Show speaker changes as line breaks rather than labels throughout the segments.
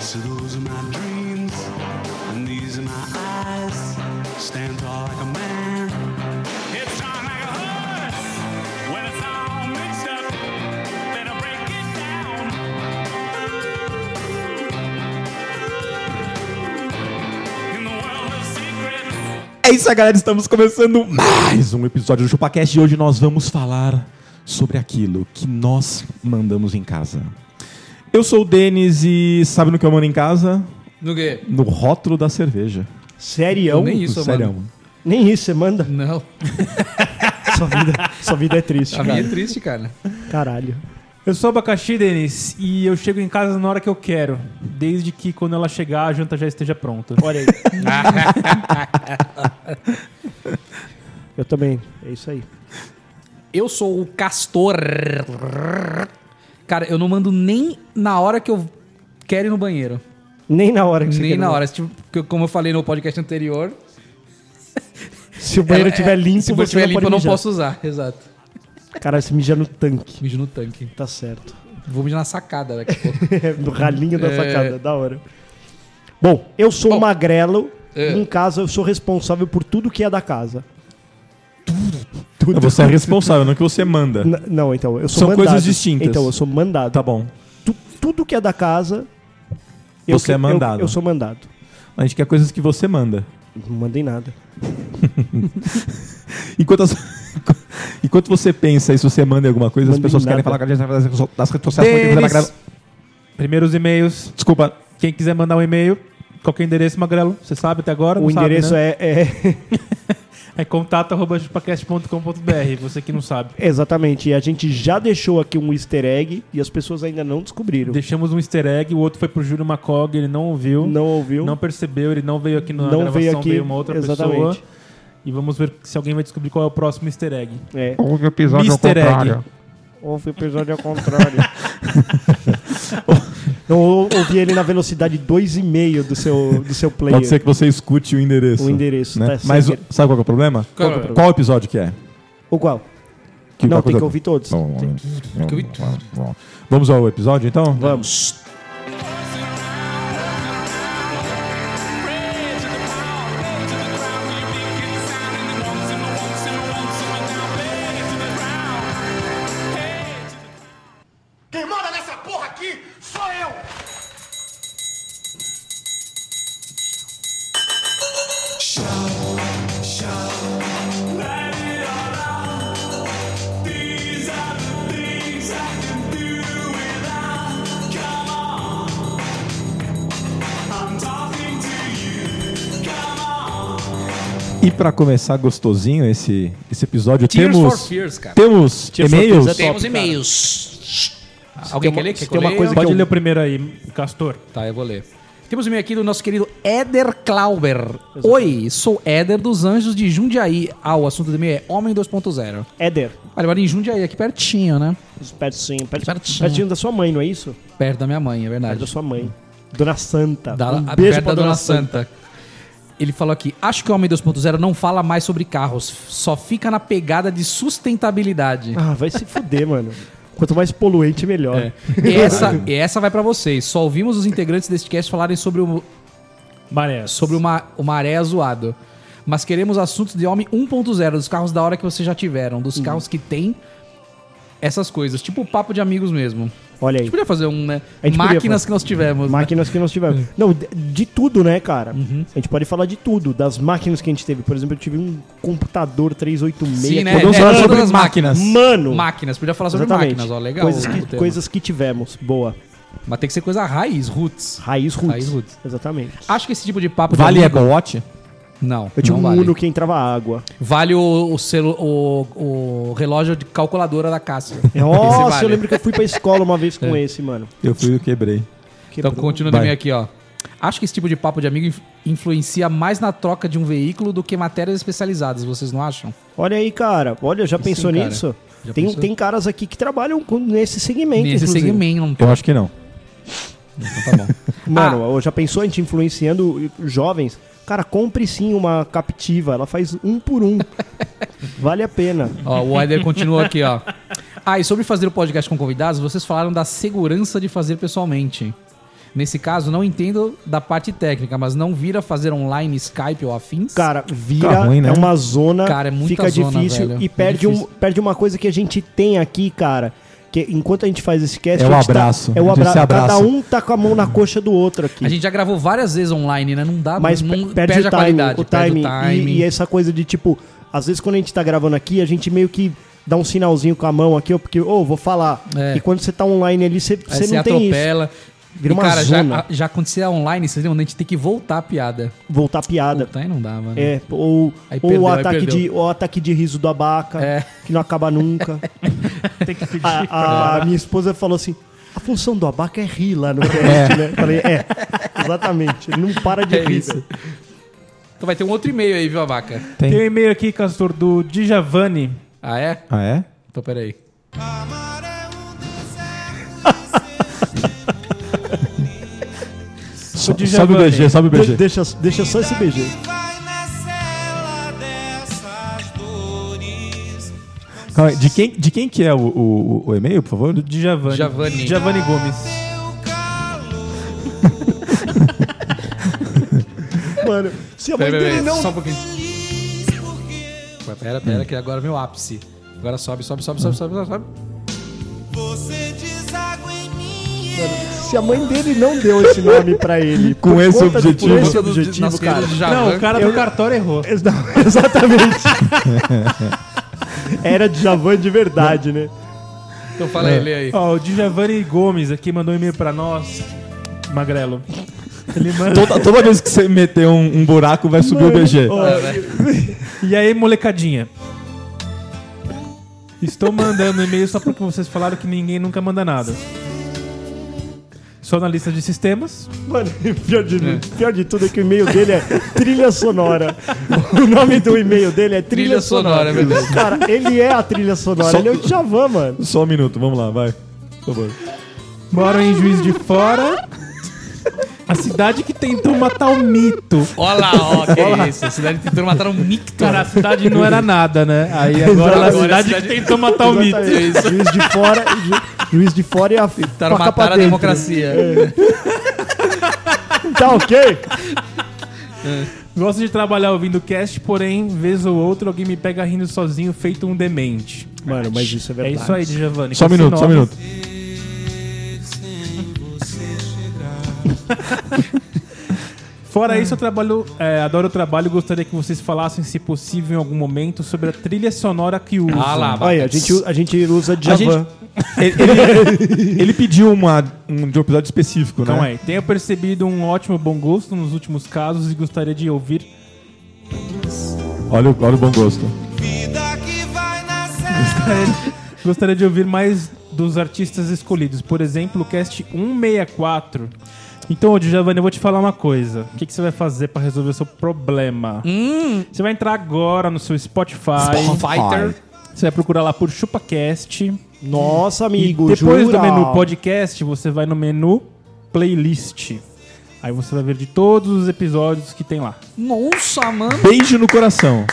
So those are my dreams, and these are my eyes. Stand tall like a man. It's strong like a horse. When it's all mixed up, then I break it down. In the world of secrets.
É isso aí, galera. Estamos começando mais um episódio do ChupaCast e hoje nós vamos falar sobre aquilo que nós mandamos em casa. Eu sou o Denis e sabe no que eu mando em casa?
No quê?
No rótulo da cerveja.
Sério?
Nem isso,
Sério.
mano.
Nem isso, você manda?
Não.
Sua vida, sua vida é triste,
A
cara.
minha é triste, cara.
Caralho.
Eu sou abacaxi, Denis, e eu chego em casa na hora que eu quero, desde que quando ela chegar a janta já esteja pronta.
Olha aí. Eu também. É isso aí.
Eu sou o Castor. Cara, eu não mando nem na hora que eu quero ir no banheiro.
Nem na hora que você
nem
quer
na
mandar.
hora. Tipo, que- como eu falei no podcast anterior.
Se o banheiro
ela-
estiver
é,
limpo,
se o banheiro
você
estiver
não
limpo,
pode
eu não
mijar.
posso usar. Exato.
Cara, você mija no tanque.
Mijo no tanque.
Tá certo.
Vou mijar na sacada daqui a pouco.
no ralinho da
É.
sacada. Da hora. Bom, eu sou
Bom.
magrelo.
É.
Em casa, eu sou responsável por tudo que é da casa.
Não, Você é responsável, não que você
É.
manda.
N- não, então, eu sou
São
mandado.
coisas distintas.
Então, eu sou mandado.
Tá bom.
Tu- tudo que é da casa... eu
Você
que-
é mandado.
Eu, eu sou mandado.
A gente quer coisas que você manda.
Não mandei nada.
Enquanto, as- Enquanto você pensa e se você manda em alguma coisa, as
Mandei
pessoas querem
nada.
falar com a gente nas redes sociais. porque você vai
Denis,
gravar-
primeiros e-mails.
Desculpa.
Quem quiser mandar um e-mail, qualquer endereço, Magrelo, você sabe né? até agora?
o endereço
né?
é, é-
é... É contato.chupacast.com.br, você que não sabe.
Exatamente. E a gente já deixou aqui um easter egg e as pessoas ainda não descobriram.
Deixamos um easter egg, o outro foi pro Júlio Macog, ele não ouviu,
Não ouviu?
não percebeu, ele não veio aqui na
Não
gravação,
veio aqui,
uma outra
exatamente.
pessoa. E vamos ver se alguém vai descobrir qual é o próximo easter egg.
É.
Houve episódio
Mister
ao contrário.
Houve o episódio ao contrário. não ou- ouvi ele na velocidade 2,5 do seu, do seu player.
Pode ser que você escute o endereço.
O endereço, tá
né? Mas o-
certo.
sabe qual que é o problema?
Qual que é o problema?
Qual episódio que é?
O qual?
Que
não,
qual
tem
coisa-
que ouvir todos.
Bom,
que ouvir
bom. Vamos ao episódio então?
Vamos.
Quem manda nessa porra aqui sou eu!
E pra começar gostosinho esse, esse episódio,
Tears
temos.
for Fears, cara.
Temos
Tears for
e-mails?
Fears é
Temos
top,
e-mails. Alguém quer ler? Quer que
tem
eu
uma
leia?
coisa que
Pode
eu-
ler o primeiro aí, Castor.
Tá, eu vou ler. Temos um e-mail aqui do nosso querido Éder Klauber. Oi, sou Éder dos Anjos de Jundiaí. Ah, o assunto do e-mail é Homem 2.0.
Éder,
Olha, agora em Jundiaí, aqui pertinho, né?
pertinho, pertinho,
Pertinho.
pertinho. da sua mãe, não é isso?
Perto da minha mãe, é
Perto da
verdade.
sua mãe. Dona Santa.
Da,
um
a-
beijo
perto
pra
da Dona Santa. Ele falou aqui, acho que o Homem 2.0 não fala mais sobre carros, só fica na pegada de sustentabilidade.
Ah, vai se fuder, mano. Quanto mais poluente, melhor.
É. E essa, e essa vai pra vocês. Só ouvimos os integrantes deste cast falarem sobre o,
Marés.
sobre uma, uma areia zoado. Mas queremos assuntos de homem 1.0, dos carros da hora que vocês já tiveram, dos carros que tem essas coisas, tipo papo de amigos mesmo.
Olha
A
aí.
gente podia fazer um, né?
A gente podia
Máquinas
fazer.
que nós tivemos. né?
Máquinas que nós tivemos. Não, de, de tudo, né, cara? A gente pode falar de tudo. Das máquinas que a gente teve. Por exemplo, eu tive um computador 386.
Sim, né?
que-
Podemos
É,
falar
todas
sobre
as
máquinas.
Mano!
Máquinas, podia falar sobre
Exatamente.
máquinas, ó, legal.
Coisas
o
que,
tema.
coisas que tivemos. Boa.
Mas tem que ser coisa raiz, roots.
Raiz roots.
Raiz roots.
Exatamente.
Acho que esse tipo de papo de
Vale
amigo-
Apple Watch?
Não,
é Eu tive
não
um
vale.
Uno que entrava água.
Vale o, o, celu, o, o relógio de calculadora da Cássio.
Nossa,
vale. É.
eu lembro que eu fui pra escola uma vez com esse, mano.
Eu fui e quebrei.
Então
Quebrou.
continua também
Vai.
aqui, ó. Acho que esse tipo de papo de amigo inf- influencia mais na troca de um veículo do que matérias especializadas, vocês não acham?
Olha aí, cara. Olha, já pensou
cara.
nisso?
Já
Tem,
pensou?
tem caras aqui que trabalham com- nesse segmento,
Nesse
inclusive.
segmento, não
Eu acho que não.
então tá bom.
Mano, já pensou a gente influenciando jovens? Cara, compre sim uma captiva. Ela faz um por um. vale a pena.
Ó, o Wider continua aqui, ó. Ah, e sobre fazer o podcast com convidados, vocês falaram da segurança de fazer pessoalmente. Nesse caso, não entendo da parte técnica, mas não vira fazer online, Skype ou afins?
Cara, vira
Tá ruim, né?
é uma zona,
Cara, é muita
fica
zona,
difícil
velho.
e perde,
É
um,
difícil.
perde uma coisa que a gente tem aqui, cara. Que enquanto a gente faz esse cast,
É o
a gente tá-
abraço.
é o abra
Esse abraço.
Cada um tá com a mão na coxa do outro aqui.
a gente já gravou várias vezes online, né? Não dá,
mas
não,
pe- perde, o
a
time,
qualidade.
o timing,
perde o
e-
timing.
E, essa coisa de tipo, às vezes quando a gente tá gravando aqui, a gente meio que dá um sinalzinho com a mão aqui, ó, porque, ô, vou falar.
É.
E quando você tá online ali, você,
Aí
você
você
não tem isso.
atropela. e,
Vira uma
cara,
zona.
já, já acontecia online, vocês lembram? A gente tem que voltar a piada.
Voltar piada.
Puta, aí não dá, mano.
É, ou,
Aí
ou
perdeu,
o
aí
ataque
perdeu.
de, ou o ataque de riso do abaca,
É.
que não acaba nunca.
Tem que pedir.
A, a minha esposa falou assim: a função do abaca é rir lá no teste, né? Eu Falei, é, exatamente. Ele não para de
É
rir.
isso. Então vai ter um outro e-mail aí, viu, Abaca?
Tem.
Tem um e-mail aqui, Castor, do Djavani.
Ah, é?
Ah, é?
Então peraí.
So-
Djavan,
sobe o BG,
hein?
sobe o
De-
BG.
deixa, deixa só esse beijo.
Vai na cela dessas dores.
Calma aí, De quem, de quem que é o, o- o e-mail, por favor?
Do Djavani.
Djavani.
Djavani Gomes.
Meu calor.
Mano, se a mãe
Pera, pera, pera,
dele não
só um pouquinho. Ué, Pera, pera, que agora é meu ápice. Agora sobe, sobe, sobe, sobe, sobe, sobe, sobe.
Você deságua em mim.
Se a mãe dele não deu esse nome pra ele.
Com
por
esse
conta de-
objetivo.
por esse é
Todo dia-
objetivo,
nas
cara.
crianças já
Não,
arranca.
o cara do cartório errou.
Ex- não, exatamente. Era de Javan de verdade, né?
Então fala aí, lê aí.
Ó, o Djavani Gomes aqui mandou um e-mail pra nós. Magrelo. Ele manda.
Toda, toda vez que você meter um, um buraco, vai subir o BG.
E aí, molecadinha? Estou mandando e-mail só porque vocês falaram que ninguém nunca manda nada. Só na lista de sistemas.
Mano, pior de, pior de tudo é que o e-mail dele é trilha sonora. O nome do e-mail dele é trilha,
Trilha sonora,
sonora.
é verdade.
Cara, ele é a trilha sonora,
Só-
ele é o Javan, mano.
Só um minuto, vamos lá, vai. Por favor.
Moram em Juiz de Fora. A cidade que tentou matar o mito.
Olha lá, ó, que isso. A cidade tentando matar um Nicto.
Cara, a cidade não era nada, né? Aí agora ela é a
Agora
cidade que tentou matar
é
o mito.
Exatamente. Juiz de fora, ju, juiz de fora e a
Tentaram
faca pra
matar a
dentro.
democracia.
Tá ok?
Gosto de trabalhar ouvindo cast, porém, vez ou outra, alguém me pega rindo sozinho, feito um demente.
Mano, mas isso é
É
verdade.
isso aí, Giovanni.
Só um minuto, só um minuto.
Fora isso, eu trabalho, é, adoro o trabalho e gostaria que vocês falassem, se possível, em algum momento, sobre a trilha sonora que usam.
Ah lá,
Olha, a gente, a gente usa Javan.
Ele, ele- ele pediu uma, um de um episódio específico,
Não
né?
é. Tenho percebido um ótimo bom gosto nos últimos casos e gostaria de ouvir.
Olha, o- olha o bom gosto.
Vida que vai na cela.
gostaria de ouvir mais dos artistas escolhidos. Por exemplo, o cast 164. Então, ô, Giovanni, eu vou te falar uma coisa. O que, que você vai fazer pra resolver o seu problema? Você vai entrar agora no seu Spotify.
Fighter.
Você vai procurar lá por ChupaCast.
Nossa,
E
amigo,
depois
jura?
do menu podcast, você vai no menu playlist. Aí você vai ver de todos os episódios que tem lá.
Nossa, mano.
Beijo no coração.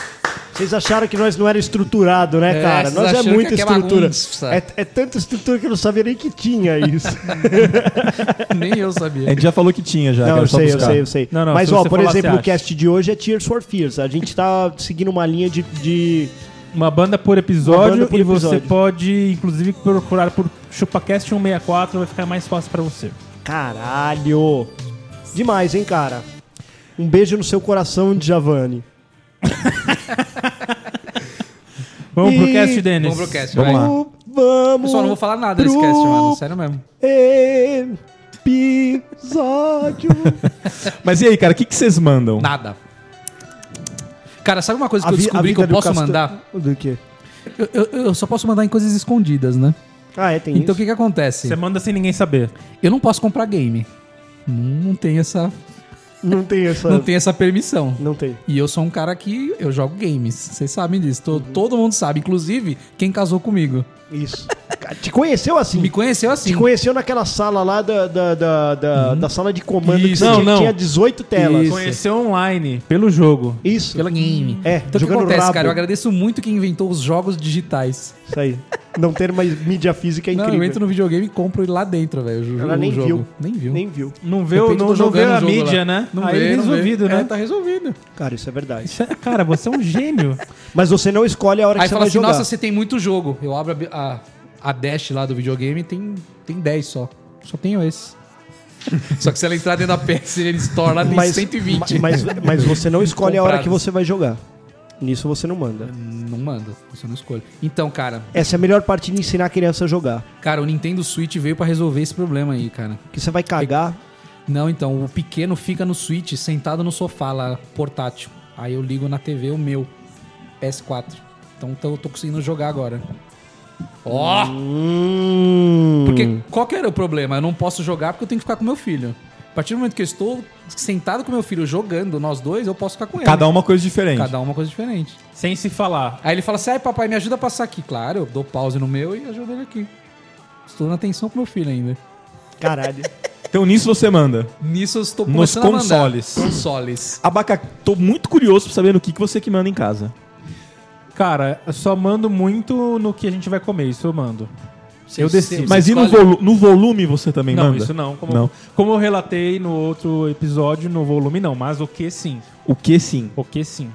Vocês acharam que nós não era estruturado, né,
É,
cara?
vocês
Nós é
acharam
muita
que é
estrutura.
bagunça.
É, é tanta estrutura que eu não sabia nem que tinha isso.
Tá,
Nem eu sabia.
A gente já falou que tinha já.
não,
que
eu
era só
sei, eu
buscar.
sei, eu sei.
Não, não,
Mas,
se
ó,
você
por
falar, você
exemplo,
acha.
o cast de hoje é Tears for Fears. A gente tá seguindo uma linha de. de-
Uma banda por episódio
Uma banda por
e você
episódio.
pode, inclusive, procurar por ChupaCast 164, vai ficar mais fácil pra você.
Caralho! Demais, hein, cara? Um beijo no seu coração, Giovanni.
Vamos pro
E-
cast, Denis.
Vamos pro cast,
Vamos
vai.
lá.
Vamos!
Pessoal, não vou falar nada desse
pro
cast, mano. Sério mesmo.
Episódio.
Mas e aí, cara, o que, que vocês mandam?
Nada. Cara, sabe uma coisa que
A
eu
vi- a
descobri que
vida
eu
do
posso
Castor-
mandar?
Do quê?
Eu, eu- eu só posso mandar em coisas escondidas, né?
Ah, é, tem
Então o
isso.
que que acontece?
Você manda sem ninguém saber.
Eu não posso comprar game. Não tem essa,
Não tem essa.
não tem essa permissão.
Não tem.
E eu sou um cara que eu jogo games, vocês sabem disso. to-
Uhum.
Todo mundo sabe, inclusive quem casou comigo.
Isso. Te conheceu assim?
Me conheceu assim.
Te conheceu naquela sala lá da, da, da, da-
Uhum.
da sala de comando que
Isso.
você
Não,
tinha,
não.
tinha 18 telas.
Isso.
Conheceu online, pelo jogo.
Isso.
Pela game.
É,
então o que
jogando
acontece,
rabo.
cara? Eu agradeço muito quem inventou os jogos digitais.
Isso aí. Não ter mais mídia física é
Não,
incrível.
eu entro no videogame e compro ele lá dentro, velho. o jo-
Ela
o
nem
jogo.
viu.
Nem viu.
Nem viu.
Não vê, o-
Depende, tô
não, não vê
jogando
a
o jogo
mídia,
lá.
né?
Não
Aí
vê, não vê.
resolvido,
É,
né?
tá resolvido.
Cara, isso é verdade.
Isso é- Cara, você é um gênio.
Mas você não escolhe a hora
Aí
que você
fala
vai
assim,
jogar.
nossa, você tem muito jogo. Eu abro a, bi- a, a dash lá do videogame e tem, tem 10 só. Só tenho esse. só que se ela entrar dentro da PS, ele Store lá tem 120.
Mas, mas você não escolhe a hora
Comprados.
que você vai jogar. Nisso você não manda.
Não manda, isso eu não escolho. Então, cara,
Essa é a melhor parte de ensinar a criança a jogar.
cara, o Nintendo Switch veio pra resolver esse problema aí, cara.
Que você vai cagar.
Não, então, o pequeno fica no Switch, sentado no sofá lá, portátil. Aí eu ligo na TV o meu, PS4. Então, então eu tô conseguindo jogar agora. Ó!
Hum.
Porque qual que era o problema? Eu não posso jogar porque eu tenho que ficar com meu filho. A partir do momento que eu estou sentado com meu filho jogando, nós dois, eu posso ficar com ele.
Cada uma coisa diferente.
Cada um uma coisa diferente.
Sem se falar.
Aí ele fala assim, ai papai, me ajuda a passar aqui. Claro, eu dou pause no meu e ajudo ele aqui. Estou na atenção pro meu filho ainda.
Caralho.
Então nisso você manda.
Nisso eu estou
Nos
começando a mandar.
consoles.
Consoles.
Abaca, tô muito curioso pra saber no que, que você que manda em casa.
Cara, eu só mando muito no que a gente vai comer, isso eu mando. Eu decido. Você
Mas e no,
escolhe-
volu- no volume você também
não,
manda?
isso não. Como,
Não.
como eu relatei no outro episódio, no volume não, mas o que sim.
O que sim?
O que sim.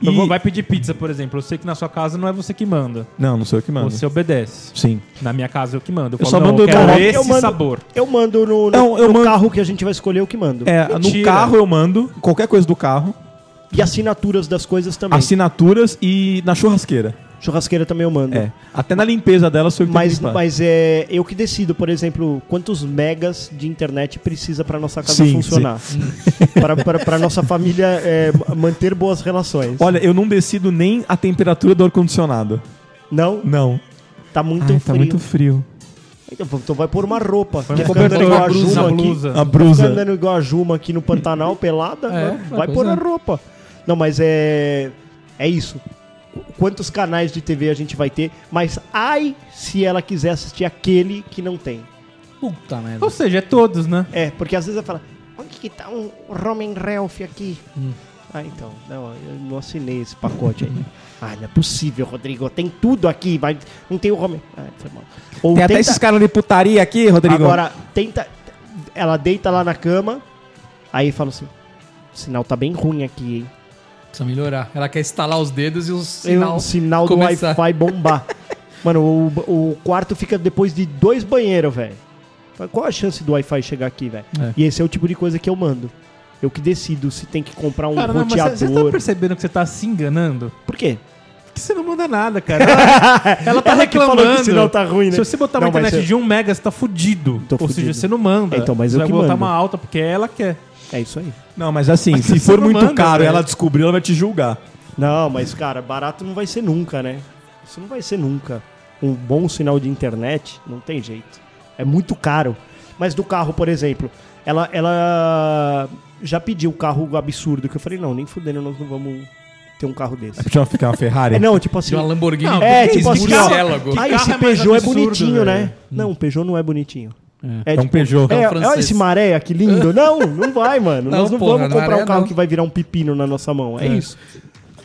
E-
Eu vou- Vai pedir pizza, por exemplo. Eu sei que na sua casa não é você que manda.
Não, não sou eu que mando.
Você é obedece.
Sim.
Na minha casa eu que mando. Eu,
Eu
falo,
só
não,
mando
eu quero
no-
esse
eu mando-
sabor.
Eu mando no, no-
Não, eu
no
mando-
carro que a gente vai escolher, eu que mando.
É, no
Mentira.
carro eu mando, qualquer coisa do carro,
E assinaturas das coisas também.
assinaturas e na churrasqueira.
Churrasqueira também eu mando.
É. Até na limpeza dela sou eu que tenho
Mas,
que limpar.
mas é eu que decido, por exemplo, quantos megas de internet precisa para nossa casa
Sim,
funcionar. para nossa família é, manter boas relações.
Olha, eu não decido nem a temperatura do ar-condicionado.
Não,
Não.
tá muito
Ai,
frio.
tá muito frio.
Então, então vai pôr uma roupa. Quer ficar
cobertor,
andando igual
uma
a
blusa,
Juma
uma
aqui-
blusa.
A
ficar
brusa.
andando igual a Juma aqui no Pantanal, pelada,
É,
vai- vai
pois
pôr
é.
a roupa. Não, mas é... É isso. Qu- Quantos canais de TV a gente vai ter, mas ai se ela quiser assistir aquele que não tem.
Puta merda.
Ou seja, é todos, né?
É, porque às vezes ela fala, onde que tá um Roman Ralph aqui? Ah, então, não, eu não assinei esse pacote aí. ah, não é possível, Rodrigo, tem tudo aqui, mas não tem o Roman... Ah, foi mal. Ou
Tem até
tenta-
esses caras de putaria aqui, Rodrigo.
Agora, tenta. Ela deita lá na cama, aí fala assim: o sinal tá bem ruim aqui, hein?
Precisa melhorar. Ela quer instalar os dedos e o sinal.
Sinal, o sinal do
começar.
Wi-Fi bombar. Mano, o, o quarto fica depois de dois banheiros, velho. Mas Qual a chance do Wi-Fi chegar aqui, velho?
É.
E esse é o tipo de coisa que eu mando. Eu que decido se tem que comprar um
Cara, não, mas você- você tá
roteador.
percebendo que você tá se enganando?
Por quê?
Que você não manda nada, cara. Ela, ela tá
Ela É que falou
reclamando.
que o sinal tá ruim, né?
Se você botar uma
Não, mas
internet
eu-
de 1 mega, você tá fudido.
Tô
Ou seja,
fudido.
você não manda.
É, então, mas
você
eu
vai
que
botar
mando.
uma alta porque ela quer.
É isso aí.
Não, mas assim, se
você
for
tá
não
muito
manda,
caro e
né?
velho.
ela descobrir, ela vai te julgar.
Não, mas cara, barato não vai ser nunca, né? Isso não vai ser nunca. Um bom sinal de internet não tem jeito. É muito caro. Mas do carro, por exemplo, ela, ela já pediu o carro absurdo que eu falei, não, nem fudendo, nós não vamos ter um carro desse.
Deixa eu ficar uma Ferrari.
É, não, tipo assim.
De uma Lamborghini.
Não,
É,
que
tipo assim, ó,
murciélago.
ah,
Que carro
esse
é mais
Peugeot é
absurdo,
bonitinho, né?
velho?
Não, o Peugeot não é bonitinho. É,
um Peugeot.
É,
É um
olha
francês.
esse maré, que lindo. Não, não vai, mano.
Não,
Nós não
porra,
vamos comprar
maré
um carro
não.
que vai virar um pepino na nossa mão. É, isso.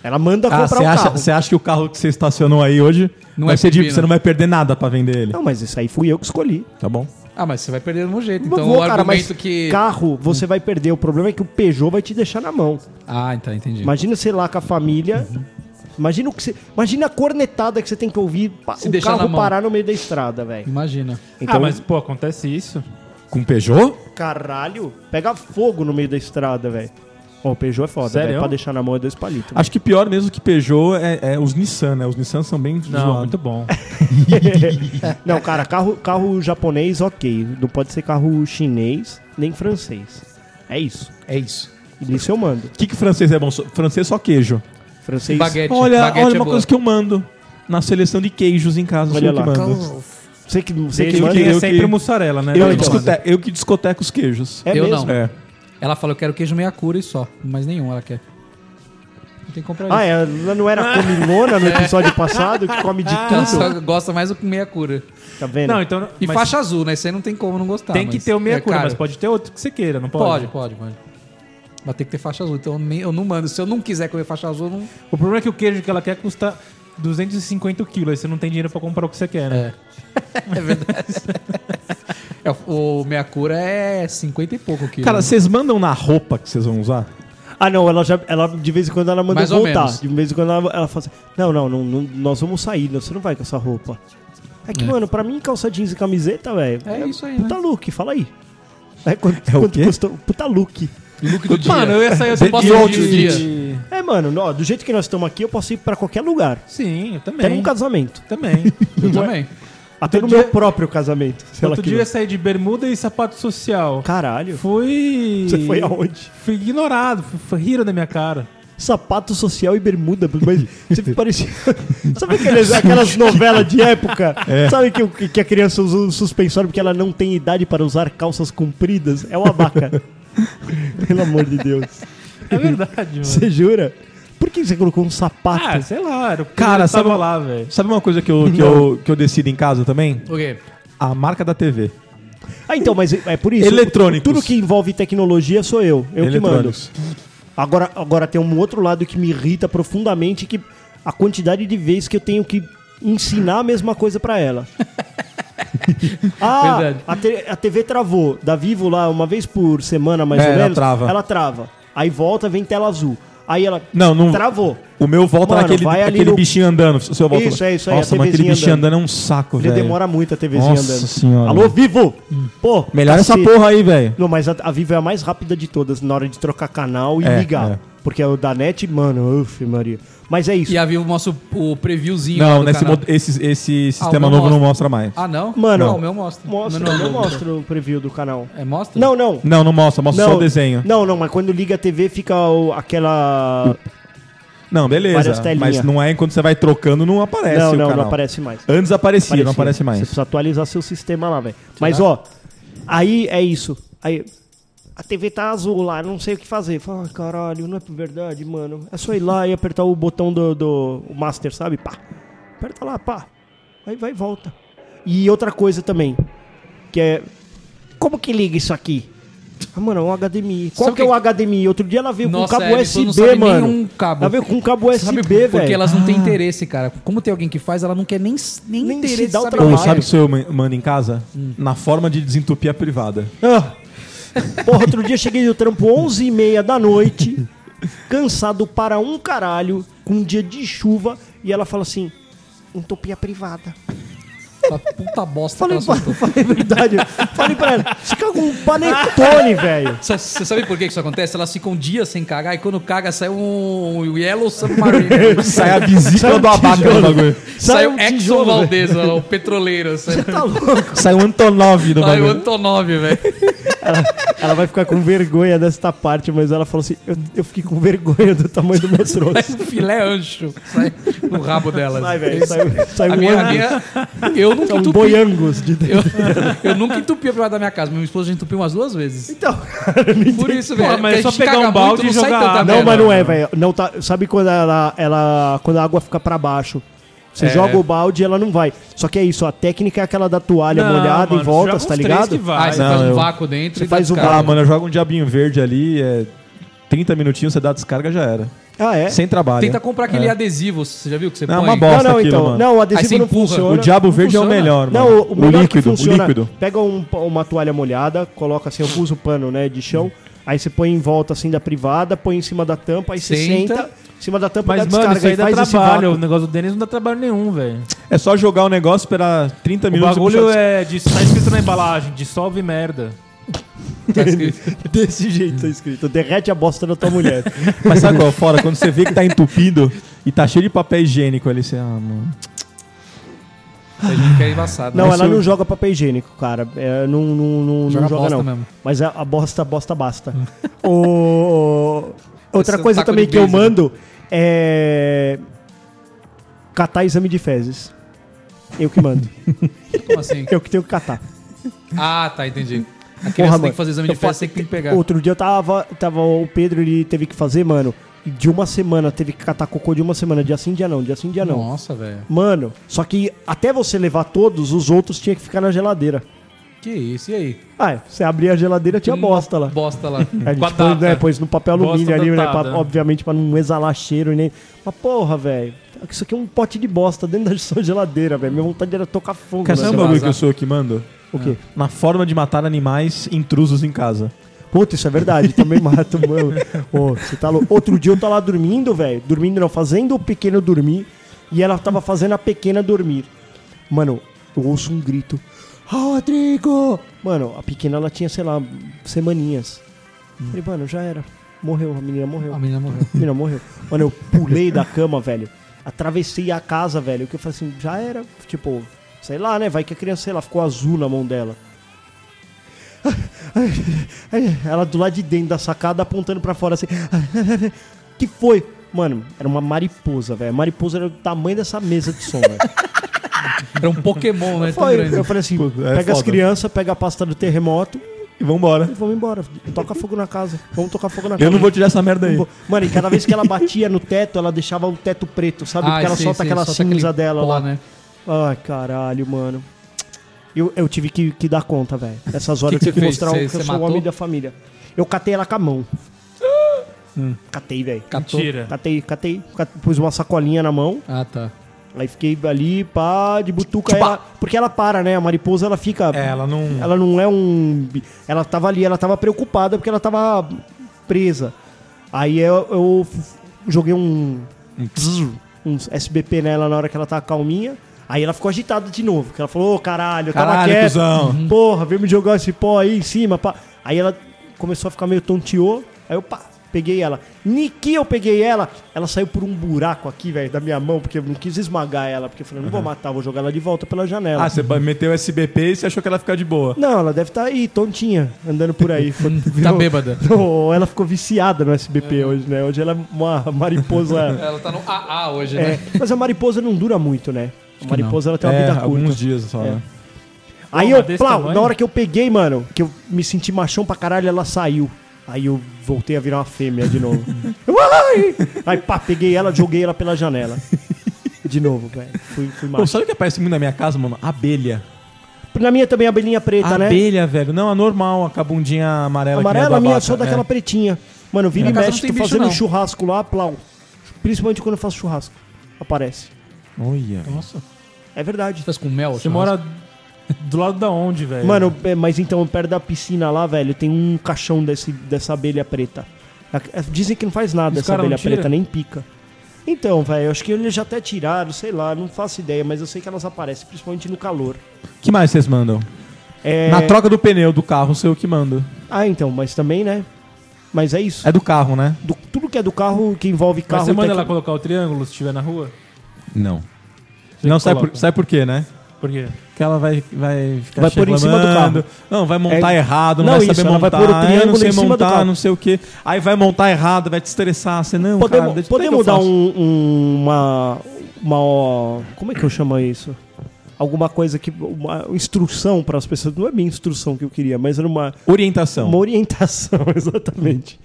Ela manda
Ah,
comprar
você
um
acha,
carro.
você acha que o carro que você estacionou aí hoje
Não
vai
é
ser de-
pepino.
você não vai perder nada pra vender ele?
Não, mas isso aí fui eu que escolhi.
Tá bom.
Ah, mas você vai perder do mesmo jeito.
Não
Então
vou,
o
cara,
argumento
mas
que.
carro você vai perder. O problema é que o Peugeot vai te deixar na mão.
Ah, então, entendi.
Imagina você lá com a família. Imagina, o que você, imagina a cornetada que você tem que ouvir pa-
Se
o
deixar na
carro
mão.
parar no meio da estrada, velho.
Imagina.
Então,
Ah, mas pô, acontece isso.
Com Peugeot?
caralho, pega fogo no meio da estrada, velho. Ó, o Peugeot é foda,
Sério?
velho. Pra deixar na mão é dois palitos.
Acho que pior mesmo que Peugeot é, é os Nissan, né? Os Nissan são bem
Não,
zoados.
muito bom.
Não, cara, carro, carro japonês, ok. Não pode ser carro chinês nem francês. É isso.
É isso.
Isso eu mando.
O que, que francês é bom? So- Francês só queijo.
Francês.
Baguete.
olha,
baguete
olha
é
uma
boa.
coisa que eu mando. Na seleção de queijos em casa,
Olha
sou eu que
lá.
mando.
Você que, você que
Desde
manda.
que é
eu
sempre
que-
mussarela, né?
Eu,
que
Então,
discote- eu que discoteco os queijos.
É
Eu
mesmo?
não.
É.
Ela falou, eu quero queijo meia cura e só. Mas nenhum ela quer. Não tem que comprar isso.
Ah, é, ela não era a comilona no episódio passado, que come de
Ela
tudo?
só gosta mais do que meia cura.
Tá vendo?
Não, então.
E
mas
faixa azul, né? Isso aí não tem como não gostar.
Tem que
mas
ter o meia
é
cura,
caro.
mas pode ter outro que você queira, não
Pode,
pode?
pode, pode. Mas tem que ter faixa azul. Então eu nem- eu não mando. Se eu não quiser comer faixa azul, eu não.
O problema é que o queijo que ela quer custa 250 quilos, aí você não tem dinheiro pra comprar o que você quer, né?
É verdade. É, o o meia cura é 50 e pouco aqui.
Cara, vocês mandam na roupa que vocês vão usar?
Ah, não, ela já. Ela, de vez em quando ela manda
Mais
eu
ou
voltar.
menos.
De vez em quando ela, ela fala assim: não, não, não, não, nós vamos sair, não, você não vai com essa roupa. É que, mano, pra mim, calça jeans e camiseta, velho.
É isso aí,
Então,
Puta look, fala aí. É, quanto,
o
quanto
quê?
custou? Puta look.
look do dia. né? Mano, eu ia sair eu
De-
posso
de
ir
outros
de
dias.
dia.
É, mano, ó, do jeito que nós estamos aqui, eu posso ir pra qualquer lugar.
Sim, eu também.
Até
um
num casamento.
Também.
Eu também.
Até no
dia-
meu próprio casamento. Se ela
Outro dia eu
quiser.
saí de bermuda e sapato social.
Caralho.
Fui.
Você foi aonde?
Fui ignorado, fui- fui- riram da minha cara.
Sapato social e bermuda. Mas você parecia. Sabe aquelas, aquelas novelas de época?
É.
Sabe que, o- que a criança usa um suspensório porque ela não tem idade para usar calças compridas? É o abaca. Pelo amor de Deus.
É verdade, mano.
Você jura? Por que você colocou um sapato?
Ah, sei lá, era o que
Cara,
eu
sabe-
tava lá, velho.
Sabe uma coisa que eu, que, eu, que eu decido em casa também?
O quê?
A marca da TV.
Ah, então, mas é por isso.
Eletrônicos.
Tudo que envolve tecnologia sou eu. Eu que mando.
Eletrônicos.
Agora, agora tem um outro lado que me irrita profundamente, que a quantidade de vezes que eu tenho que ensinar a mesma coisa pra ela. ah,
Verdade.
a, te- a TV travou. Da Vivo lá, uma vez por semana, mais
É,
ou
ela
menos.
trava.
Ela trava. Aí volta, vem tela azul. Aí ela
Não, não-
travou.
O meu volta
Mano,
naquele
vai ali
aquele
no-
bichinho andando. O seu volta.
Isso, é isso aí,
Nossa,
a
mas aquele
TVzinha
bichinho
andando.
andando é um saco,
Ele
velho.
demora muito a TVzinha
Nossa
andando.
senhora.
Alô, Vivo! Pô,
é Melhor essa
cacete.
porra aí, velho.
Não, mas a, a Vivo é a mais rápida de todas na hora de trocar canal e
É,
ligar.
é.
Porque o da NET, mano, uff, Maria. Mas é isso.
E a Vivo mostra o o previewzinho. lá
Não,
do
nesse
canal.
mod- esse, esse
Ah, o
sistema
meu
novo não mostra
mostra.
mais.
Ah, não?
Mano.
Não, o meu mostra.
Mostra,
O meu não,
eu
o meu
mostro o preview do canal.
É, mostra?
Não, não.
Não, não mostra, mostra só
não,
o desenho.
Não, não, mas quando liga a TV fica o- aquela.
Não, beleza.
Várias telinhas.
Mas não é enquanto você vai trocando, não aparece.
não,
o
não, não
canal.
aparece mais.
Antes aparecia, não
Aparecia.
aparece
Você
mais.
precisa atualizar seu sistema lá, velho. Mas ó, aí é isso. Aí. A TV tá azul lá, não sei o que fazer. Fala, ah, caralho, não é verdade, mano. É só ir lá e apertar o botão do, do o master, sabe? Pá. Aperta lá, pá. Aí vai e volta. E outra coisa também, que é como que liga isso aqui? Ah, mano, é um HDMI. Qual
Sabe
que é o
que-
HDMI? Outro dia ela veio
Nossa,
com cabo
é, eles não
USB,
sabem
mano.
nenhum cabo.
Ela veio com cabo
Sabe
USB, velho. Ah.
Porque elas não têm interesse, cara. Como tem alguém que faz, ela não quer nem, nem,
Nem se
interesse.
dá o
sabe?
Ou
trabalho.
sabe o que o senhor man- manda em casa?
Hum.
Na forma de desentupir a privada.
Ah. Porra, outro dia cheguei do trampo 11 e meia da noite, cansado para um caralho, com um dia de chuva, e ela fala assim, entupia privada.
Essa puta bosta.
Falei,
que ela
pra, falei a verdade, falei pra ela, você caga um panetone, velho.
Sa- Você sabe por que que isso acontece? Elas ficam dias sem cagar e quando caga sai um um Yellow Submarine.
Sai a vesícula do abaca no bagulho.
sai o
um
Exxon
tijolo, velho.
Valdez, ó, o petroleiro. Sai,
Tá louco.
Sai o Antonov
um
do
sai o
bagulho.
Antonov, velho.
Ela vai ficar com vergonha desta parte, mas ela falou assim, eu, eu fiquei com vergonha do tamanho do meu
Mas
troço.
o filé ancho sai no rabo delas.
Sai, velho, sai, sai
a
um
minha, a
angus.
minha, eu nunca
É um
entupi.
boi angus de dentro.
Eu, eu nunca entupi a privada da minha casa, mas minha esposa já entupiu umas duas vezes.
Então, cara, não
Por
entendi.
isso, velho.
Porra, mas
porque
é só
a gente
pegar
caga
um balde
muito,
e
não sai
jogar
tanta
água.
Não,
merda.
mas não
né?
é, velho. Não tá, sabe quando ela, ela quando a água fica pra baixo?
É.
Você joga o balde e ela não vai. Só que é isso, a técnica é aquela da toalha
Não,
molhada
mano,
em volta,
joga
você tá
uns três
ligado?
que vai.
Ah, você
Não,
faz um
eu-
vácuo dentro
Você
e dá
faz um
descarga.
Ah, mano, eu jogo um diabinho verde ali, é 30 minutinhos, você dá a descarga já era.
Ah, é?
Sem trabalho.
Tenta comprar aquele
É.
adesivo, você já viu que você
Não,
põe?
uma
não,
bosta
não,
aquilo,
então.
mano.
Não, o
Aí você
adesivo não
empurra.
funciona.
O diabo verde é o
funciona.
melhor, mano.
Não, o, o melhor
líquido,
que funciona,
o líquido.
pega um- uma toalha molhada, coloca assim, eu uso o pano, né, de chão, aí você põe em volta assim da privada, põe em cima da tampa, aí você
Senta.
senta, em cima da tampa e
Mas,
dá
mano, isso
descarga,
aí dá
e faz esse
trabalho. O
vácuo.
negócio do Denis não dá trabalho nenhum, velho.
É só jogar o negócio, esperar 30
O
minutos e
bagulho
puxar-
é. De, tá escrito na embalagem: dissolve merda.
Tá escrito.
Desse jeito tá escrito, derrete a bosta da tua mulher.
Mas sabe qual é o foda? Quando você vê que tá entupido e tá cheio de papel higiênico ali, você... Ah, mano.
A gente fica embaçado.
Não,
né?
ela não joga papel higiênico, cara. É, não, não, não,
Joga
não joga,
bosta
não.
mesmo. Hum.
Mas é a, a bosta, a bosta basta. O- Outra
Esse
coisa
taco
também
de né?
que eu
beisebol.
mando é. catar exame de fezes. Eu que mando.
Como assim?
eu que tenho que catar.
Ah, tá, entendi. A criança
Porra,
tem
mano,
que fazer exame de
eu
fé,
faço-
você que tem que pegar.
Outro dia eu tava, tava. O Pedro ele teve que fazer, mano. e De uma semana, teve que catar cocô de uma semana. Dia sim, dia não, dia sim, dia não.
Nossa, velho.
Mano, só que até você levar todos, os outros tinha que ficar na geladeira.
Que isso, e aí?
Ah, é, você abria a geladeira, tinha bosta lá.
Bosta lá.
A gente
Batata.
põe, né, pôs no papel alumínio
Bosta
ali, né,
datada.
pra- obviamente, pra não exalar cheiro e nem. Mas porra, velho. Isso aqui é um pote de bosta dentro da sua geladeira, velho. Minha vontade era tocar fogo.
Quer
nessa
saber um
vazar.
bagulho que eu sou eu que mando?
O quê?
Na forma de matar animais intrusos em casa.
Puta, isso é verdade, também mato, mano. Ô, você tá louco. Outro dia eu tava lá dormindo, velho. Dormindo não, fazendo o pequeno dormir. E ela tava fazendo a pequena dormir. Mano, eu ouço um grito. Rodrigo! Mano, a pequena ela tinha, sei lá, semaninhas. Falei, mano, já era. Morreu, a menina morreu.
A menina morreu.
A menina morreu. Mano, eu pulei da cama, velho. Atravessei a casa, velho. Que eu falei assim, já era. Tipo, sei lá, né? Vai que a criança, sei lá, ficou azul na mão dela. Ela do lado de dentro da sacada apontando pra fora assim. Que foi? Mano, era uma mariposa, velho. A mariposa era do tamanho dessa mesa de som, velho.
Era um Pokémon, né? Tão
Foi.
grande.
Eu falei assim:
Pô, é
pega as
foda.
crianças, pega a pasta do terremoto
E vambora.
e vamos embora. Toca fogo na casa. Vamos tocar fogo na casa.
Eu não vou tirar essa merda aí.
Pô, Mano, e cada vez que ela batia no teto, ela deixava o teto preto, sabe?
Ah,
Porque ela
sei,
solta
sei,
aquela
solta aquele
cinza dela
pó,
lá.
né?
Ai, caralho, mano. Eu, eu tive que, que dar conta, velho. Essas horas
Que que
eu tive
você fez?
que mostrar
Você-
que eu
você
sou o
matou?
homem da família. Eu catei ela com a mão. Catei, velho.
Hum. Catou.
Mentira.
Catei, catei, cat- pus uma sacolinha na mão,
Ah, tá.
aí fiquei ali, pá, de butuca ela. Porque ela para, né? A mariposa ela fica.
É, ela não.
Ela não é um. bi- Ela tava ali, ela tava preocupada porque ela tava presa. Aí eu, eu f- joguei um. Um SBP nela na hora que ela tava calminha. Aí ela ficou agitada de novo. Porque ela falou: Ô caralho, eu tava
Caralho,
quieta.
cuzão."
Porra, veio me jogar esse pó aí em cima. Pá. Aí ela começou a ficar meio tonteou. Aí eu pá, peguei ela. Niki, eu peguei ela. Ela saiu por um buraco aqui, velho, da minha mão. Porque eu não quis esmagar ela. Porque eu falei: Não vou matar, vou jogar ela de volta pela janela.
Uhum. Ah, você meteu o SBP e você achou que ela ia ficar de boa.
Não, ela deve estar aí, tontinha, andando por aí. Foi-
Tá
virou-
bêbada.
Não, ela ficou viciada no SBP hoje, né? Hoje ela é uma mariposa.
Ela tá no AA hoje,
é,
né?
mas a mariposa não dura muito, né? A mariposa ela tem uma
É,
vida curta.
alguns dias só. né?
Aí
Pô,
eu,
mas desse
plau,
tamanho?
na hora que eu peguei, mano, que eu me senti machão pra caralho, ela saiu. Aí eu voltei a virar uma fêmea de novo. Eu, Ai! Aí pá, peguei ela, joguei ela pela janela. De novo, velho. Fui, fui
Pô,
macho.
sabe o que aparece muito na minha casa, mano? Abelha.
Na minha também a abelhinha preta, né?
Abelha, velho. Não, a normal, a cabundinha amarela. que nem
Amarela, a minha é
abaca.
só daquela
É.
pretinha. Mano, vira
Na
e
casa
mexe,
não tem
tô
bicho,
fazendo
não.
churrasco lá, plau. Principalmente quando eu faço churrasco. Aparece.
Olha. Nossa.
É verdade.
Faz com mel,
Você mora do lado da onde, velho?
Mano, é, mas então, perto da piscina lá, velho, tem um caixão desse, dessa abelha preta. A- é, Dizem que não faz nada
Os
essa
cara não
abelha
tira?
preta, nem pica. Então, velho, eu acho que eles já até tiraram, sei lá, não faço ideia, mas eu sei que elas aparecem, principalmente no calor.
que mais vocês mandam?
É...
Na troca do pneu do carro, sei o que mando.
Ah, então, mas também, né? Mas é isso.
É do carro, né?
Do- tudo que é do carro, que envolve
Mas
carro...
você
e
manda
tec-
ela colocar o triângulo se estiver na rua?
Não. Não, sabe
coloca.
por, sabe por quê, né?
Por quê?
Que ela vai, vai ficar
Vai pôr em cima do
reclamando. Não, vai montar
É-
errado, não,
Não,
vai
isso,
saber
ela vai
montar.
pôr o
"Ah, eu não
triângulo
sei
em cima do
montar,
carro."
não sei o quê. Aí vai montar errado, vai te estressar. Você não,
Podemos,
cara, deixa-
podemos
como é que eu
dar
faço?"
um, um- uma, uma. ó, Como é que eu chamo isso? Alguma coisa que. Uma instrução para as pessoas. Não é minha instrução que eu queria, mas era uma,
Então.
Orientação.
uma orientação, exatamente.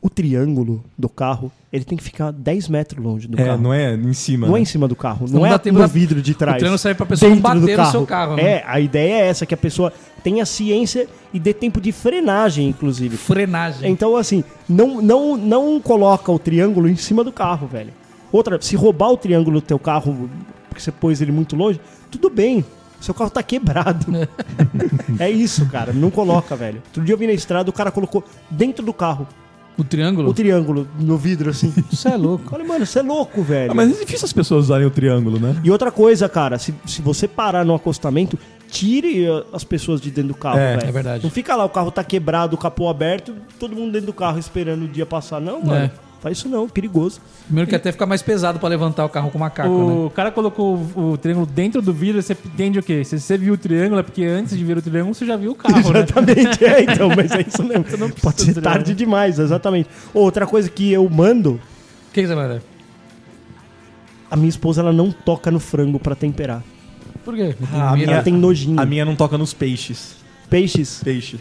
O triângulo do carro, ele tem que ficar 10 metros longe do
É,
carro.
não é em cima.
Tá. Não é
né?
em cima do carro, não,
Não
é
dá tempo
no
da-
vidro de trás.
O treino serve pra pessoa não
dentro do
bater no seu carro, né?
É, a ideia é essa, que a pessoa tenha ciência e dê tempo de frenagem, inclusive.
Frenagem.
Então, assim, não, não, não coloca o triângulo em cima do carro, velho. Outra, se roubar o triângulo do teu carro, porque você pôs ele muito longe, tudo bem. Seu carro tá quebrado. é isso, cara. Não coloca, velho. Outro dia eu vi na estrada, o cara colocou dentro do carro
O triângulo?
o triângulo no vidro, assim.
Isso é
Eu
louco.
falei, mano, você é louco, velho.
Ah, mas é difícil as pessoas usarem o triângulo, né?
E outra coisa, cara, se, se você parar no acostamento, tire eh, as pessoas de dentro do carro,
É,
velho.
é verdade.
Não fica lá, o carro tá quebrado, o capô aberto, todo mundo dentro do carro esperando o dia passar. Não, mano.
É.
Faz isso não, perigoso.
Primeiro que até fica mais pesado pra levantar o carro com macaco, né?
O cara colocou o, o triângulo dentro do vidro, você entende o quê? Se você viu o triângulo, é porque antes de ver o triângulo, você já viu o carro, né?
Exatamente, é, então, mas é isso mesmo. Pode ser
tirar,
tarde demais, exatamente. Outra coisa que eu mando,
O que que você manda?
a minha esposa ela não toca no frango pra temperar.
Por quê?
Ah, a
Primeiro-
minha-
Ela tem nojinho.
A minha não toca nos peixes.
Peixes.
Peixes.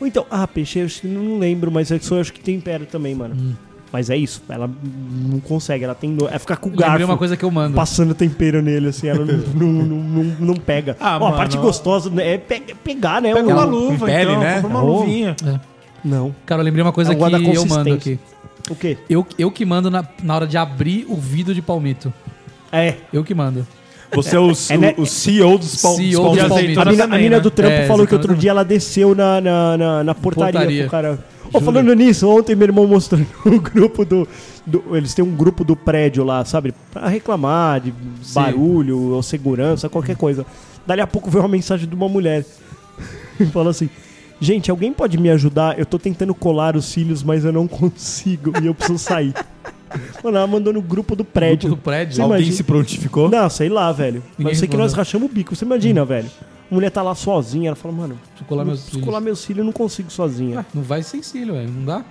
Ou então, ah, peixe, eu acho que não lembro, mas eu só acho que tem império também, mano.
Hum.
Mas é isso, ela não consegue, ela tem. No... É ficar com o garfo.
Lembrei uma coisa que eu mando.
tá Passando tempero nele, assim, ela não, não, não, não- não pega.
Ah,
Ó, a
mano,
parte
ó.
gostosa né, é pe- pegar, né?
Pega
o-
uma
Com
luva,
pele,
então.
né?
Compra uma
Oh.
luvinha.
Não.
Cara, eu lembrei uma coisa
É o guarda
que eu mando
consistência.
aqui.
O quê?
Eu, eu que mando na, na hora de abrir o vidro de palmito.
É.
Eu que mando.
Você é o, o-
né?
o CEO dos pal- dos
CEO
pal-
dos
dos
palmitos.
A
Ela
mina,
também,
a mina
né?
do trampo
É,
falou que outro
exatamente.
dia ela desceu na, na, na, na portaria,
Portaria.
pro cara. Ô, falando nisso, ontem meu irmão mostrando o grupo do, do- Eles têm um grupo do prédio lá, sabe? Pra reclamar de barulho ou segurança, qualquer coisa. Dali a pouco veio uma mensagem de uma mulher. Fala assim. Gente, alguém pode me ajudar? Eu tô tentando colar os cílios, mas eu não consigo e eu preciso sair. Mano, ela mandou no grupo do prédio.
Grupo do prédio.
Sim,
Alguém
Imagina.
se prontificou?
Não, sei lá, velho.
Ninguém
mas eu sei que
mandou.
nós rachamos o bico. Você imagina, velho. A mulher tá lá sozinha, ela fala, mano,
Deixa eu colar meus
preciso colar meus cílios, eu não consigo sozinha.
Ah, não vai sem cílio, velho. Não dá?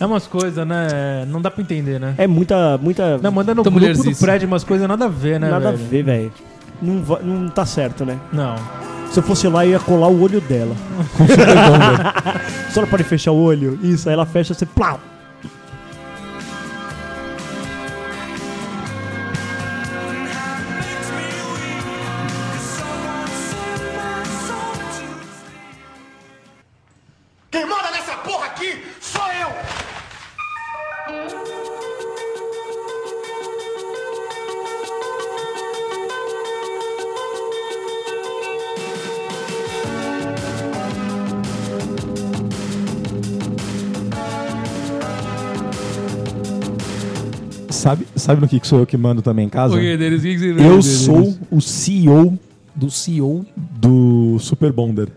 É umas coisas, né? Não dá pra entender, né?
É muita, muita.
Não, manda no
Então,
grupo do
mulherzice.
prédio umas coisas nada a ver, né,
nada
velho?
a ver, velho. Não, va- não tá certo, né?
Não.
Se eu fosse lá, eu ia colar o olho dela. Só ela pode fechar o olho. Isso, aí ela fecha, você plau.
Quem manda nessa porra aqui sou eu!
Sabe, sabe no que, que sou eu que mando também em casa?
deles? O que você
Eu sou o CEO
do CEO.
do Super Bonder.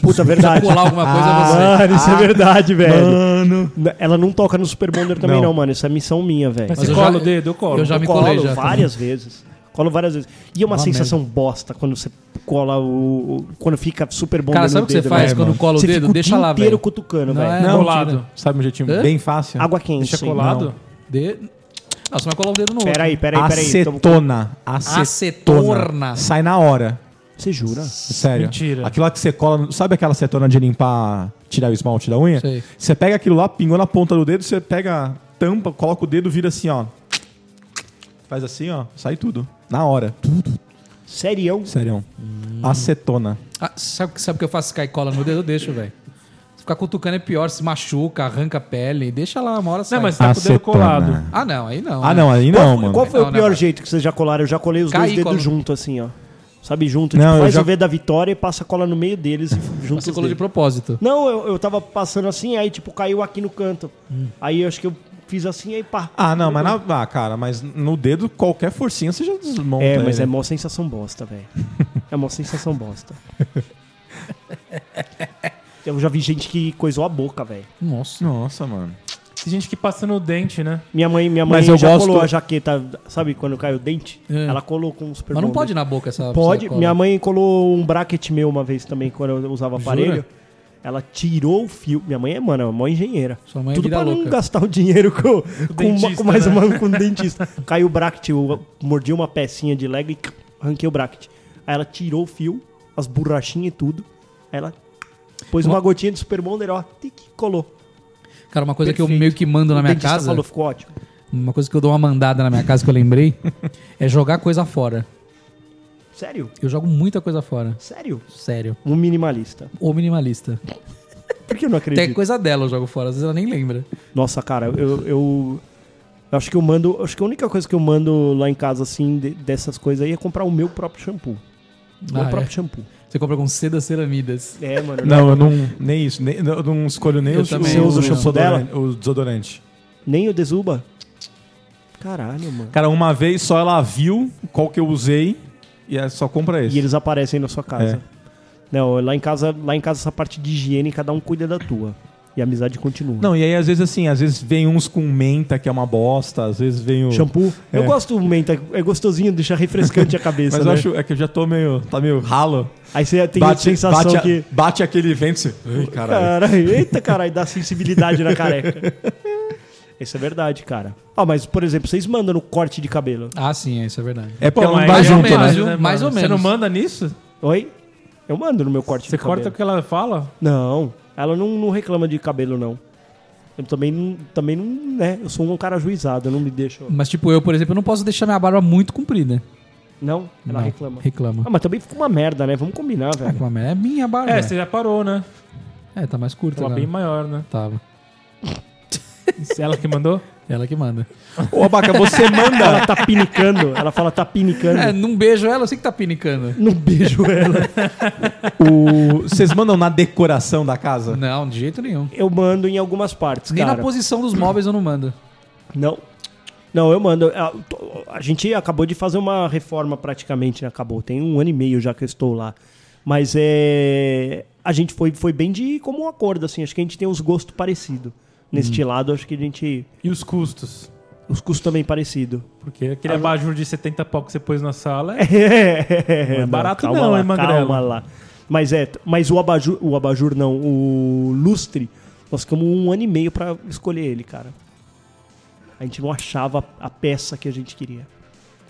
Puta, verdade.
Colar alguma coisa a você.
Mano, isso é verdade, velho.
Mano.
N- Ela não toca no Super Bonder também,
Não.
não, mano. Isso é missão minha, velho.
Mas você
eu
cola
já-
o dedo, eu colo.
eu já me
Ah, colo
colei já.
várias vezes. Colo várias vezes. E é uma
Uma
sensação bosta quando você cola o. o- Quando fica super bom
Cara,
no
sabe o que
dedo,
você faz
velho?
quando
mano.
cola o
Você
dedo?
fica o
Deixa
dia
lá,
inteiro
velho.
cutucando,
Não
velho.
é
Não,
colado.
tira. Sabe um jeitinho
Hã?
bem fácil?
Água quente.
Deixa colado.
De... Ah, você vai colar o dedo no outro.
Peraí, peraí, peraí. Então,
Acetona. Acetona.
Acetorna.
Sai na hora.
Você jura?
Sério.
Mentira.
Aquilo lá que você cola. Sabe aquela acetona de limpar, tirar o esmalte da unha?
Sei.
Você pega aquilo lá, pingou na ponta do dedo, você pega, tampa, coloca o dedo, vira assim, ó. Faz assim, ó. Sai tudo. Na hora. Tudo.
Sério?
Sério. Acetona.
Ah, sabe, sabe o que eu faço? Se cai cola no dedo, eu deixo, velho. Se ficar cutucando é pior, se machuca, arranca a pele. Deixa lá, uma hora sai.
Não, mas tá com o dedo colado.
Ah, não, aí não.
Ah,
né?
não, aí não, mano.
Qual foi
Não,
o
né,
pior
mano?
jeito que vocês já colaram? Eu já colei os
Caí,
dois dedos
cola.
junto, assim, ó. Sabe, junto.
Não, eu
tipo, faz
já-
o V da vitória e passa a cola no meio deles e junto
Você
os
colou de
dedos.
propósito.
Não, eu, eu tava passando assim, aí, tipo, caiu aqui no canto. Aí eu acho que eu fiz assim, aí pá.
Ah, não, mas na, ah, cara, mas no dedo, qualquer forcinha você já desmonta.
É, mas é
né?
ele.
mó sensação bosta, velho. É mó sensação bosta. Eu já vi gente que coisou a boca, velho.
é
Nossa.
Nossa, mano.
Tem gente que passa no dente, né?
Minha mãe, minha mãe
Mas eu
já
gosto-
colou a jaqueta, sabe quando cai o dente?
É.
Ela colou com um super
Mas não
bonder.
pode ir na boca essa
Pode.
essa cola.
Minha mãe colou um bracket meu uma vez também, quando eu usava aparelho. Ela tirou o fio. Minha mãe é, mano, é uma engenheira.
Sua mãe é
Tudo
vida
pra não
louca.
gastar o dinheiro com, com, uma-
dentista,
com mais
né?
uma com o dentista. Caiu o bracket, eu mordi uma pecinha de leg e arranquei o bracket. Aí ela tirou o fio, as borrachinhas e tudo. Aí ela pôs uma gotinha de Super Bonder, ó, tic, colou.
Cara, uma coisa que eu
Perfeito.
meio que mando na
o
minha
dentista
casa.
falou, ficou ótimo.
Uma coisa que eu dou uma mandada na minha casa que eu lembrei é jogar coisa fora.
Sério?
Eu jogo muita coisa fora.
Sério?
Sério.
Um minimalista.
Ou minimalista.
Por que eu não
Até
acredito?
coisa dela eu jogo fora, às vezes ela nem lembra.
Nossa, cara, eu, eu. eu Acho que eu mando. Acho que a única coisa que eu mando lá em casa, assim, de- dessas coisas aí é comprar o meu próprio shampoo. meu
Ah,
próprio
é?
shampoo.
Você compra com seda ceramidas.
É, mano.
Não, eu não. Nem isso. nem- eu não escolho nem
Eu
o,
também.
o-
Você
usa o
o
shampoo
desodorante- O desodorante.
Nem o Desuba. Caralho, mano.
Cara, uma vez só ela viu qual que eu usei e ela só compra esse.
E eles aparecem na sua casa.
É.
Não, lá em casa, lá em casa essa parte de higiene, cada um cuida da tua. E a amizade continua.
Não, e aí às vezes assim, às vezes vem uns com menta que é uma bosta, às vezes vem o.
Shampoo. Eu
É.
gosto do menta, é gostosinho, deixa refrescante a cabeça.
Mas
né?
eu acho é que eu já tô meio. tá meio ralo.
Aí você tem a sensação
bate, a-
que.
bate aquele vento e você. Ai, caralho.
Caralho, eita caralho, dá sensibilidade na careca. Isso é verdade, cara. Ah, mas, por exemplo, vocês mandam no corte de cabelo.
Ah, sim, isso é verdade.
É porque
Pô,
ela não
mas
vai
mais ou
junto,
menos,
né?
viu? Mais
mano?
ou
Você não
menos.
manda nisso? Tá
Oi? Eu mando no meu corte
Você
de
corta o
cabelo.
que ela fala?
Não, ela não, não reclama de cabelo, não. Eu também, não- também não, né? Eu sou um cara ajuizado, eu não me deixo.
Mas, tipo, eu, por exemplo, eu não posso deixar minha barba muito comprida.
Não, ela
Não,
reclama.
Reclama.
Ah, mas também fica uma merda, né? Vamos combinar,
É,
velho.
como é? É minha barba.
É, você já parou, né?
É, tá mais curta
Ela
agora.
bem maior, né?
Tava.
Isso é Ela que mandou?
Ela que manda.
Ô, Abaca, você manda.
Ela tá pinicando, ela fala tá pinicando.
É, num beijo ela, eu sei que tá pinicando.
Não beijo ela.
o- Vocês mandam na decoração da casa?
Não, de jeito nenhum.
Eu mando em algumas partes,
Nem
cara.
na posição dos móveis eu não mando.
Não. Não, eu mando. A, to- a gente acabou de fazer uma reforma praticamente, né? Acabou. Tem um ano e meio já que eu estou lá. Mas é. A gente foi, foi bem de comum acordo, assim. Acho que a gente tem uns gostos parecidos.
Uhum.
Neste lado, acho que a gente.
E os custos?
Os custos também parecidos.
Porque aquele abajur de 70 pau que você pôs na sala Ah, é...
É,
é barato não,
lá,
hein, Magrelo?
Calma lá. Mas é, mas o abajur, o abajur não, o lustre, nós ficamos um ano e meio pra escolher ele, cara. A gente não achava a peça que a gente queria.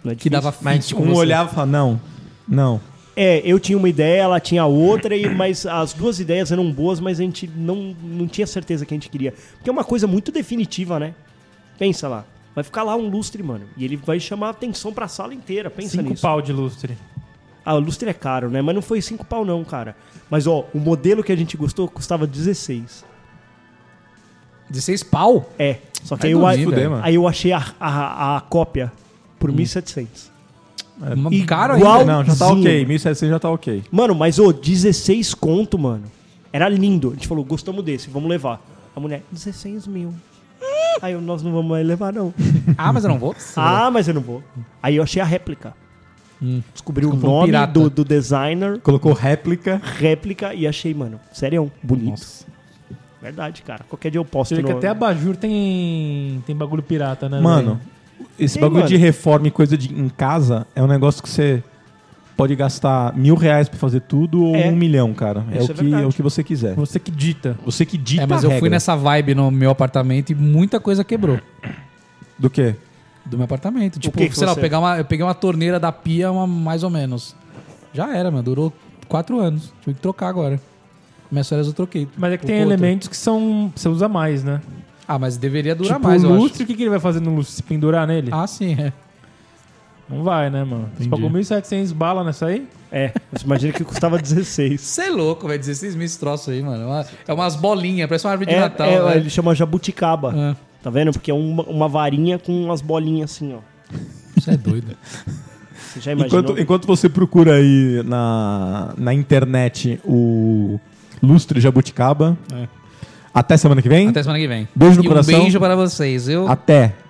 Não é
Que
difícil?
dava fit
Mas
com
um
você.
olhava e falava, não, não.
É, eu tinha uma ideia, ela tinha outra, e, mas as duas ideias eram boas, mas a gente não, não tinha certeza que a gente queria. Porque é uma coisa muito definitiva, né? Pensa lá. Vai ficar lá um lustre, mano. E ele vai chamar a atenção pra sala inteira. Pensa
5
nisso.
pau de lustre.
Ah, o lustre é caro, né? Mas não foi 5 pau, não, cara. Mas, ó, o modelo que a gente gostou custava 16.
16 pau?
É. Só que
Aí
aí, eu,
não
a-
vi,
velho.
aí eu achei a, a, a cópia por 1.700.
Um caro
igual-
ainda.
Não, já tá
Zinho.
ok. 1700 já tá ok.
Mano, mas, ô, 16 conto, mano. Era lindo. A gente falou, gostamos desse, vamos levar. A mulher, 16 mil.
Hum.
Aí eu, nós não vamos mais levar, não.
Ah, mas eu não vou.
ah, mas eu não vou. Aí eu achei a réplica. Descobri o
Comprou um
nome
pirata.
do, do designer,
Colocou réplica.
réplica, e achei, mano, sério, bonito. Verdade, cara. Qualquer dia eu posto
Você vê que
no-
até abajur tem, tem bagulho pirata, né?
Mano, esse
Tem,
bagulho
mano.
de reforma e coisa de, em casa é um negócio que você pode gastar mil reais pra fazer tudo ou
É.
um milhão, cara. É,
Isso
o
é
que, é
verdade.
o que você quiser.
Você que dita.
Você que dita
É, mas
a
eu fui
regra.
nessa vibe no meu apartamento e muita coisa quebrou
Do quê?
do meu apartamento. Tipo,
que que
sei lá,
você-
eu, pegar uma, eu peguei uma torneira da pia uma- mais ou menos. Já era, mano. Durou 4 anos. Tive que trocar agora. Minhas férias eu troquei.
Mas é que
Por
tem
outra.
elementos que são. Você usa mais, né?
Ah, mas deveria durar
tipo,
mais,
o
eu
lustre, o que, que ele vai fazer no lustre? Se pendurar nele?
acho. Ah, sim, é.
Não vai, né, mano? Você pagou 1.700 bala nessa aí?
É, você imagina que custava 16.
Você é louco, velho. 16 mil esse troço aí, mano. É, uma- é umas bolinhas, parece uma árvore de
É,
Natal.
é,
né?
ele chama jabuticaba.
É.
Tá vendo? Porque é uma, uma varinha com umas bolinhas assim, ó.
Você é doido.
Você já imaginou?
Enquanto, enquanto você procura aí na, na internet o lustre jabuticaba. Até semana que vem.
Até semana que vem.
Beijo no
E
coração.
Um beijo para vocês, viu?
Até.